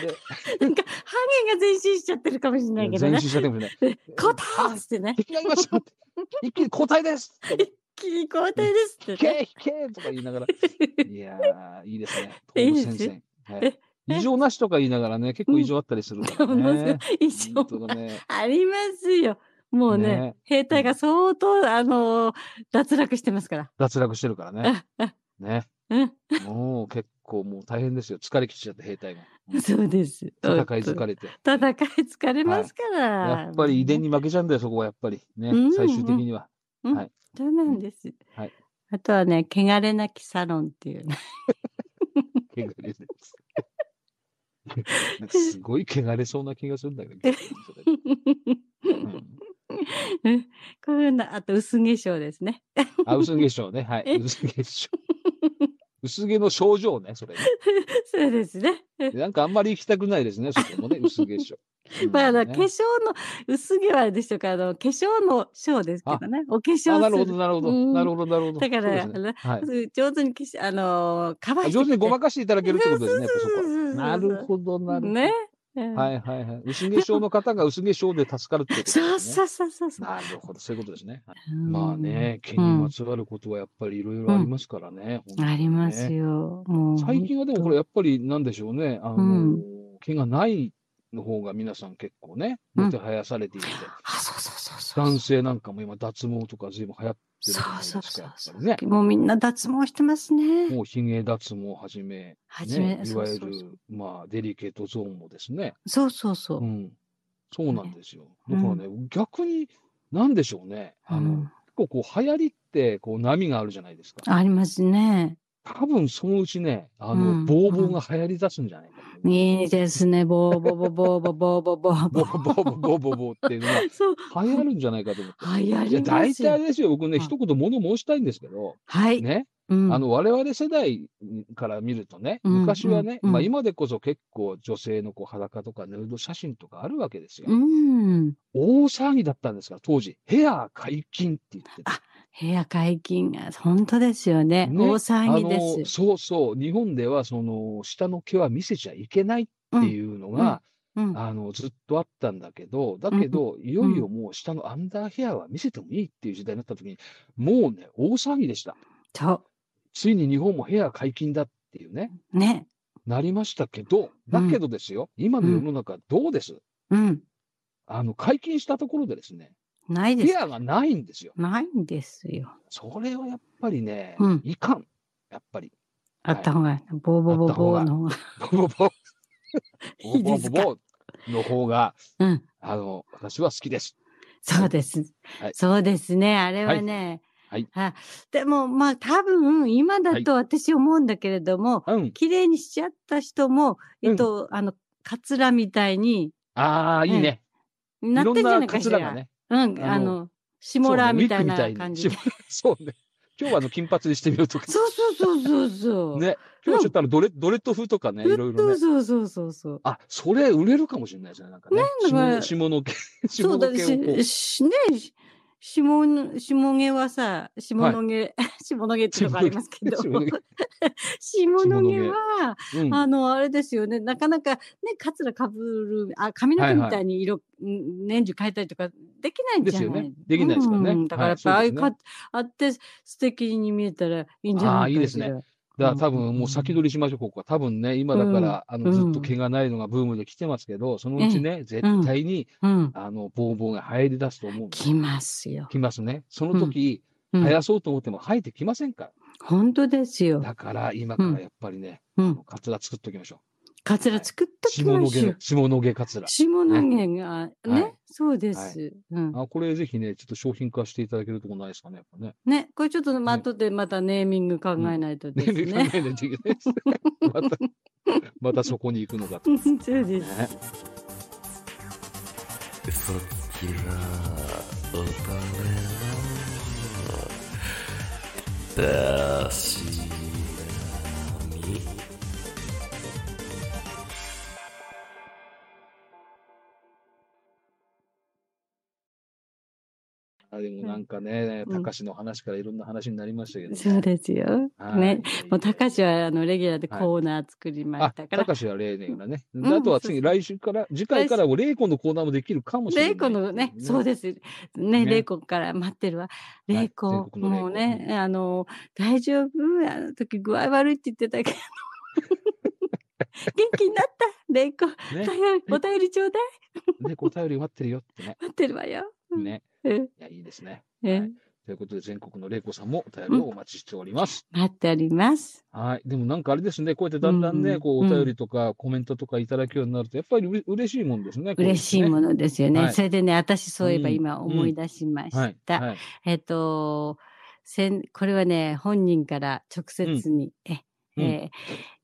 なんか、ハゲが前進しちゃってるかもしれ [LAUGHS] ないけど全ね身。したでもね。答えっつってね。敵がいましたって一気に交代です切り交代ですっ引てね。け引けとか言いな [LAUGHS] がら。いやー、いいですね。い東い武で戦す線。はえい異常なしとか言いながらね、結構異常あったりするからものすごいね。異常本当だね。ありますよ。もうね、ね兵隊が相当、あのー脱落してますから。脱落してるからね。ね。うんもう結構もう大変ですよ。疲れきっちゃった兵隊が。そうです。戦い疲れて。戦い疲れますから。やっぱり遺伝に負けちゃうんだよ、そこはやっぱり。ねうんうん、最終的には。そうなんです。はいあとはね、汚れなきサロンっていう。 [LAUGHS] 汚れです。なんかすごい汚れそうな気がするんだけど。それうんこういうの、あと薄化粧ですね。 [LAUGHS] あ、薄毛症ね。はい。え薄毛症。薄毛の症状ね、それね。そうですね。 [LAUGHS] なんかあんまり行きたくないですね、そこもね、薄毛症。うんまあ、あのね化粧の薄毛はあれでしょうか、あの化粧の章ですけどね。お化粧あ、なするるほど、なるほど、うんなるほど、なるほど。だかそうでら、すねはあのい。上手に化粧あのカバーあして上手にごまかかしていただけるってことですね、やっぱそこはそうそうそうそうなるほど、なるほど。ね。うんはいはいはい。薄化粧の方が薄化粧で助かるってことですね。そうそうそうそうそう。なるほど、そういうことですね。はいうんまあ。ね、毛にまつわることはやっぱりいろいろありますからね。本当にねありますよ。もう。最近はでもこれやっぱりなんでしょうね、あの、うん毛がないの方が皆さん結構ね、うんもてはやされていて、あ、そうそうそうそう。男性なんかも今脱毛とか随分流行ってるじそゃないうですそうか、そうそやう、っぱりもうみんな脱毛してますね。ね。もうひげ脱毛はじめ、はじめ、ね、いそうわそうゆそうる、まあ、デリケートゾーンもですね。そうそうそうう。ん。そうなんですよ。ねだからね、逆に、なんでしょうね。あの、うん結構こう、流行りって、こう、波があるじゃないですか。ありますね。多分そのうちね、あの、うんボーボーが流行り出すんじゃないかと思う。いいで [LAUGHS] すね。ボーボボボーボボーボボーボ [LAUGHS] ボーボーボーボーボーっていうのがそう。流行るんじゃないかと思って。流行いや、りま大すよ体あれですよ。僕ね、うん一言物申したいんですけど、はい。ね、うんあの、我々世代から見るとね、うん昔はね、うんまあうん今でこそ結構女性のこう裸とかヌード写真とかあるわけですよ。うん。大騒ぎだったんですから、当時、ヘア解禁って言ってた。部屋解禁が本当ですよね。ね大騒ぎあのです。そうそう、日本ではその下の毛は見せちゃいけないっていうのが、うんあのずっとあったんだけど、だけど、いよいよもう下のアンダーヘアは見せてもいいっていう時代になった時に、もうね、大騒ぎでした。そついに日本もヘア解禁だっていうね、う。ね。なりましたけど、だけどですよ、今の世の中どうです、うん。あの解禁したところでですね、ないでヘす。アがないんですよ。ないんですよ。それはやっぱりね、うんいかん。やっぱり。あった方が、ボーボボボーの方が。ボボボいいですかボボボボの方が、うん。あの、私は好きです。そうです。はいそうですね。あれはね。はいあでも、まあ、多分、今だと私思うんだけれども、うん。綺麗にしちゃった人も、えっと、あの、カツラみたいにああ、いいね。いなっろてんんじなゃないかカしツら。ラがね。うん、あのあの、シモラーみたいな感じそうで。ねウィッグみたいに [LAUGHS] そうね。今日はあの金髪にしてみようとか。そうそうそうそうそう。ね。今日ちょっとあのドレドレッド風とかね、いろいろね。そうそうそうそう。あ、それ売れるかもしれないですね。なんかね。だから下下の毛、 [LAUGHS] 下そうの毛だをこし、しね、し下の、下毛はさ、下の毛、 [LAUGHS] 下の毛ってとこあります [LAUGHS] けど、下下の毛の [LAUGHS] 毛は、う。うん。あの、あれですよね、なかなかね、カツラかぶる、あ、髪のはい毛はいみたいに色、ん年中変えたりとかできないんじでゃないすよねできないですからねうんだからやっぱ、はいああいうそうですか、あって素敵に見えたらいいんじゃああないいいかですしら。ねだから多分もう先取りしましょう、ここは。多分ね、今だから、あの、ずっと毛がないのがブームで来てますけど、そのうちね、絶対に、うん。あの、ボーボーが流行り出すと思うんです。きますよ。来ますね。その時、うん生やそうと思っても生えてきませんから。本当ですよ。だから、今からやっぱりね、うん。カツラ作っときましょカツラ作っう。とき下まのしょ毛う、。下の毛カツラ。下の毛が、ね、はいそうです。はうん。あ、これぜひね、ちょっと商品化していただけるとこないですかね、やっぱね。ね、これちょっと、まあ、ね後でまたネーミング考えないとです [LAUGHS] ね、考えないね。といけないですね。また、またそこに行くのかと。 [LAUGHS] そうです。ねそっちはおたれのだしなみあでもなんかね、うんたかしの話からいろんな話になりましたけど、そうですよ。はいね。もう、高橋は、あの、レギュラーではいコーナー作りまあ、したから。高橋は例年だね。んであとはそうそ次、来週から、次回からもレイコのコーナーもできるかもしれない。レイコのね、そうす。です。ね、ねレイコから待ってるわ。いレイコ、全国のレイコもうね、あの、大丈夫あの時具合悪いって言ってた [LAUGHS] けど。元気になったレイコ、ね、早いお便りちょうだいね、お便り待ってるよってね。待ってるわよ。うんね。えいや、いいですね。えはいということで、全国の玲子さんもお便りをお待ちしております。待っております。はい。でもなんかあれですね、こうやってだんだんね、うんこう、おうん便りとかコメントとかいただくようになると、やっぱりうれ嬉しいもんですね。嬉しいん。ものですよね。はいそれでね、私そういえばうん今思い出しました。はい。はい。えっ、と、せんこれはね、本人から直接に、えうんえー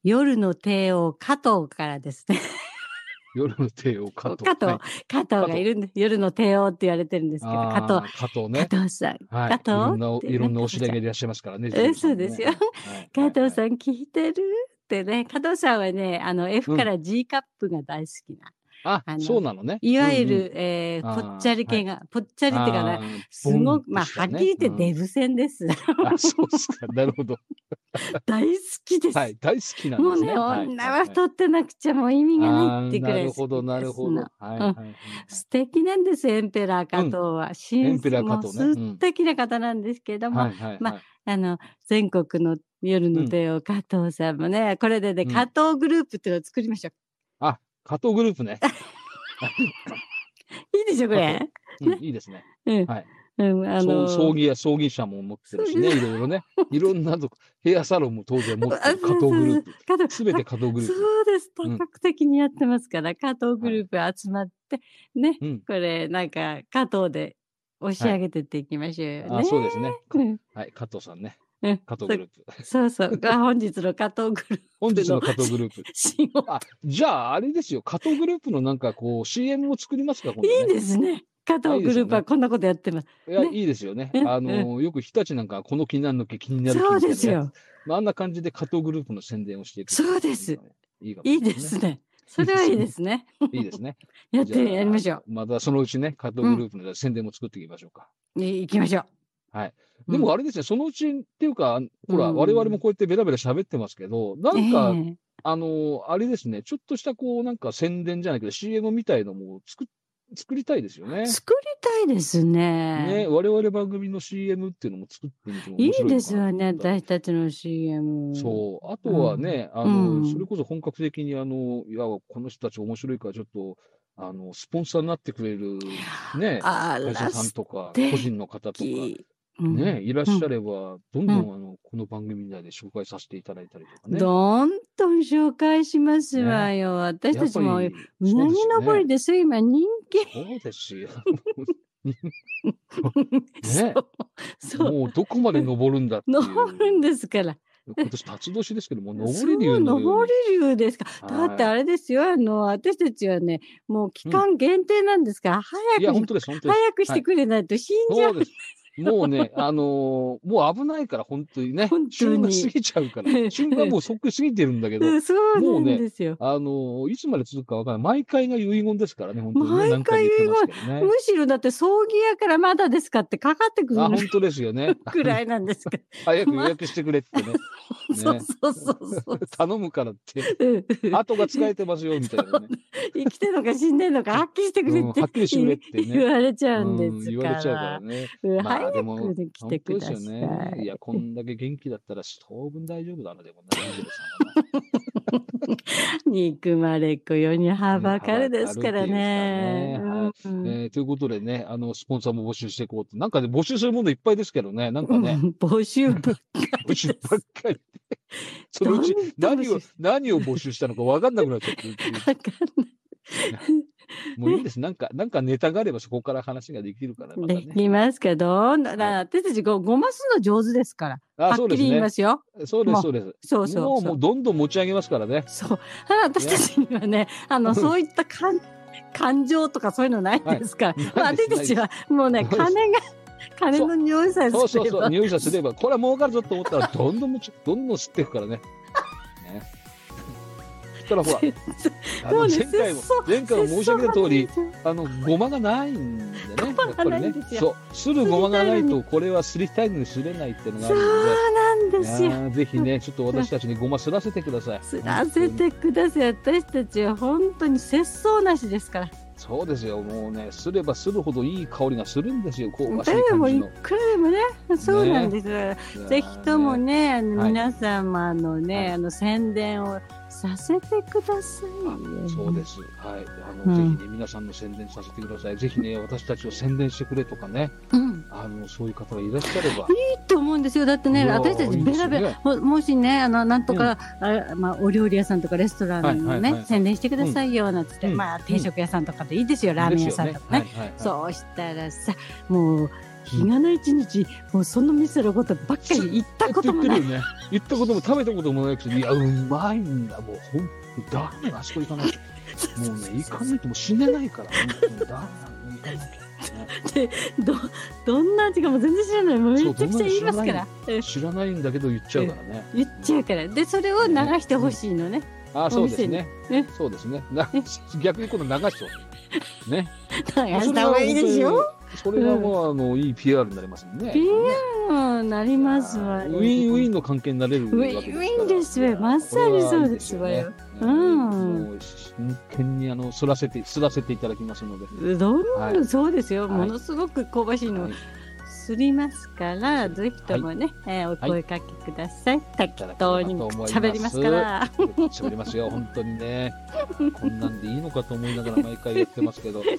夜の帝王加藤からですね。 [LAUGHS] 夜の帝王加藤。加藤はい加藤がいるんで、夜の帝王って言われてるんですけど、加あ藤、ー加藤ね。加藤さん。はい。加藤いろんなお、っていろんなお知り合いがいらっしゃいますからね。えジムさんもねそうですよはい加藤はさん聞いてるってね、加藤さんはね、あの F から G カップが大好きな、いはいああ、のそうなのね。いわゆうんうん、る、えーあーぽっちゃり系が、ぽっちゃりっていうかあな、ーすごく、ボまンとあ、したはっきねり言っうんてデブ戦です。 [LAUGHS] あ、そうですか。なるほど。大好き [LAUGHS] です。はい。大好きなんもでうすね、ね。い女は太ってなくちゃもう意味がないってくらい好きですあーなるほど、なるほど。はいはいはい。素敵なんです、エンペラー加藤は。しんエンペラー加藤ねもううん素敵な方なんですけれども、はいはいはいまあの、全国の夜の帝王加藤さんもね、これでね、うん加藤グループっていうのを作りましょう。あ、加藤グループね。いいでしょ、これ。うんねいいですね。うん。はい。うん、あ葬の葬儀や葬儀者も持ってるしね、そいろいろね。いろんなとこ、ヘアサロンも当然持ってる加藤グループ。加藤すべて加藤グループ。そうです。多うん角的にやってますから、加藤グループ集まって、ね、うん。これ、なんか、加藤で押し上げてっていきましょうよね。あ、そうですね。うんはい、加藤さんね。うん加藤グループ。そうそう。が本日の加藤グループ本日の加藤グループ。信号。あ、じゃああれですよ。加藤グループのなんかこう CM を作りますか、今度ねいいですね。加藤グループはこんなことやってます。いや、ねいいですよね。うんあのー、よく日立なんかはこの気になるのけ気になる気みそたういなねですよ。まあ、あんな感じで加藤グループの宣伝をしていく。そうです。いいかもしいれいなです。ね。それはいいですね。いいですね。やっじゃあてやりましょまたそのうちね、加藤グループの宣伝も作っていきましょうか。う。い行きましょはい。う。でもああれですね、そのうちっていうか、ほら、うん我々もこうやってベラベラ喋ってますけど、なんか、あのー、あれですね、ちょっとしたこう、なんか宣伝じゃないけど、CM みたいのも作っ作りたいですよね。作りたいですね、ね。我々番組の CM っていうのも作ってみてもい面白いのかなとい思ったですよね、私たちの CM。そう。あとはね、あの、うんそれこそ本格的に、あの、いや、この人たち面白いから、ちょっと、あの、スポンサーになってくれる、ね、あ会ら社さんとか、素敵個人の方とか、ね、うんいらっしゃれば、どんどん、あの、この番組内で紹介させていただいたりとかね。どんどん紹介しますわよ。私やたっちぱりも、うそうなぎ登りでですよ、今人気。すよね。そうです [LAUGHS] よ。そう。 [LAUGHS] そう。もうどこまで登るんだっていう。登るんですから。今年辰年ですけども、そ登りう、竜のように。登り竜ですか。だってあれれですよ、あの、私たちはね、もう期間限定なんですから、いや、早本く、当です、本当です。早くしてくれないと死んじゃ。そううです。もう [LAUGHS] ね、あのーもう危ないから、本当にね。本当に旬が過ぎちゃう [LAUGHS] から。旬がもうそっくり過ぎてるんだけどう、んそうもうなねんですよ。あのーいつまで続くかわからない。毎回が遺言ですからね、本当に、ね。毎回何言ってますけどね。むしろだって葬儀屋からまだですかってかかってくあ、る本当ですよ [LAUGHS] ね。くらいなんですか。早く予約してくれ [LAUGHS] ってね。 [LAUGHS] そうそうそうそう。頼むからって。うん後が疲れてますよ、みたいなね。生きてるのか死んでるのかはっきりしてくれうんってはっきりしてくれってね言われちゃうんうでんす言かわれちゃうからら。ね。うんまあ早でもくね来本て当くですださよね。いい。や、こんだけ元気だったら、当分大丈夫だな、でもね。憎まれっ子世にはばかるですからねはばかる。うんえーということでね、あの、スポンサーも募集していこうと。なんかね、募集するものいっぱいですけどね、なんかね、うん募集ばっか募り集ですばっかり [LAUGHS] で。そのうちどんど何ん募集を、何を募集したのか分かんなくなっちゃってるっていう。わかもういいです。なんか、なんかネタがあればそこから話ができるから、んまたないでね。きますけど、[LAUGHS] はだい私たちごごますの上手ですから、はあ、そっうきですり言いねま。すよ。そうです、もうそうです。そうそうもう、そもうう。どんどん持ち上げますからね。そうあ私たちにはね、あの、そういった感感情とかそういうのないですから、まなあいです私たちはもうね、ないです金が、金の匂いさえすれそばうそう [LAUGHS] そう、入社すれば、これは儲かるぞと思ったら、どんどん持ち、どんどん吸っていく [LAUGHS] からね。 [LAUGHS] ね。そしたらほら、あものうね前回も節操、前回も申し上げた通り、節操がねあの、ごまがないんで [LAUGHS] ね。やっぱなりいねんです。よそう。するごまがないと、これはすりたいのにすれないっていうのがあそるうなんのでで。すいよや。ーぜひね、ちょっと私たちにごますらせてください。すらせてください。私たちは本当に節操なしですから。そうですよ。もうね、すればするほどいい香りがするんですよ。香ばしい誰でも感じいの。くらでもね、そうなんです。ぜひとも。ね、あのはい皆様のね、はいあの宣伝をさせてくださいよ。そうです。はい。あの、うんぜひね、皆さんの宣伝させてください。ぜひね、私たちを宣伝してくれとかね、うんあの、そういう方がいらっしゃれば。と思うんですよ。だってね、いやー私たちベラベいいでラ、ももしね、あの、なんとか、あまあ、お料理屋さんとかレストランはのいはいはいね、宣伝してくださいよ、なんつって、うんまあ、定食屋さんとかでいいですよ、 [LAUGHS] ラーメン屋さんとかね。ですよはいはいはいそうしたらさ、もう、日がない一日、もうその店のことばっかり言ったこともな言い。ってるよね。言ったことも食べたこともないくせに、いや、うまいんだ、もう、ほんと、ダメだ、あそこ行かなきゃ。もうね、行かないともう死ねないから、本当にダメだ、行かなきゃ。ねど、どんな味かも全然知らない。もうめちゃくちゃ言いますから。うん知らないんだけど言っちゃうからね。言っちゃうから。で、それを流してほしいのね。あ、そうですね店にね。そうですね。な逆にこの流してほしい。ね。流した方がいいですよ。それがもう、あの、いい PR になりますね。ピーンなりますわ。ウィンウィンの関係になれるわけですからウィンウィンですよまさにそうですわよ。これはいいですよねうんもう真剣にあのすらせてすらせていただきますので。どんなはのいそうですよ、はいものすごく香ばしいのをはいすりますから、ぜひともね、えーお声かけください、適当に喋りますから喋りますよ本当にね。こんなんでいいのかと思いながら毎回言ってますけど。ね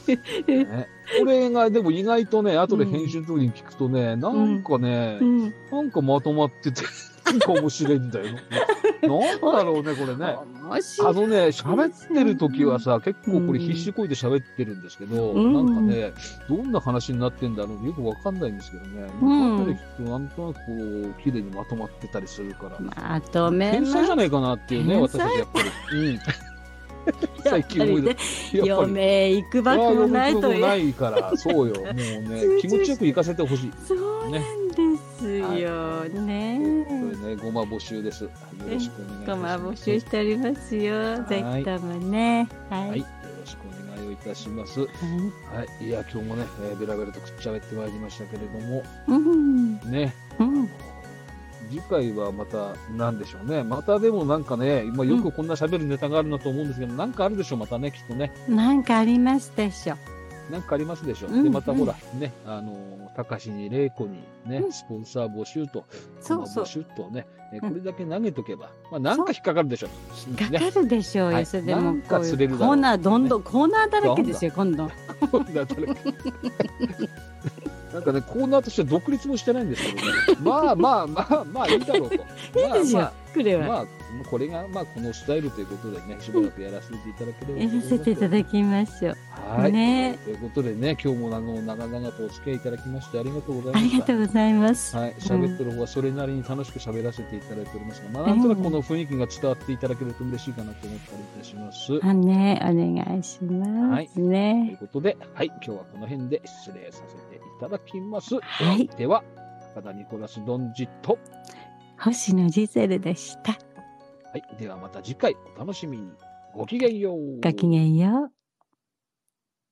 これがでも意外とね後で編集の時に聞くとね、なんかね、うん、なんかまとまっててなんか面白いんだよ。なんだろうねこれね。面白あいのね、喋ってる時はさ、結構これ必死こいて喋ってるんですけど、うんなんかね、どんな話になってんだろうよくわかんないんですけどね、うん後で聞くとなんとなくこう、綺麗にまとまってたりするから、まとめ天ま才じすゃないかなっていうね、天私才たちやっぱり。うん。 [LAUGHS] や最っ近ぱ思いり出ねやっぱり。嫁へ行くばくもないといいうないから、そうよ。 [LAUGHS] もうね、気持ちよく行かせてほしい。そうなんですよねこれね、ごま募集です。よろしくお願いいたごしまます。募集しておりますよいぜひともねはい、はい、よろしくお願いをいたします。はい、いや、今日もね、えーベラベラとくっちゃべってまいりましたけれども、うんね、うん次回はまた、なんでしょうね。またでもなんかね、今よくこんな喋るネタがあるなと思うんですけど、なんかあるでしょう、またね、きっとね。なんかありますでしょなんかありますでしょう。うんで、またほら、ね、あのー、たかしにれいこにね、スポンサー募集と、そうそう募集とね、えーうんこれだけ投げとけば、まあなんか引っかかるでしょう。かね、かるでしょうよ、はいそれでなもんこかうい釣れうるだろうコーナーどんどんコーナーだらけですよ今度コーナーだらけ [LAUGHS] なんかね、コーナーとして独立もしてないんですけどね。まあまあまあまあいいだろうと。 [LAUGHS] いいですよ、まあこれまあは、まあこれがまあこのスタイルということでね、しばらくやらせていただければと思いやます。らせていただきましょうはい。ねということでね、今日もあの長々とお付き合いいただきましてありがとうござあいまりしがた。とうございます、はい、喋ってる方はそれなりに楽しく喋らせていただいておりますが、まあ、なんとなくこの雰囲気が伝わっていただけると嬉しいかなと思ったりいたします。あねお願いしますというねことで、はい、今日はこの辺で失礼させていただきます。はい、では、高田ニコラス・ドンジット。星野ジゼルでしたはい、ではまた次回お楽しみに。ごきげんよう。ごきげんよう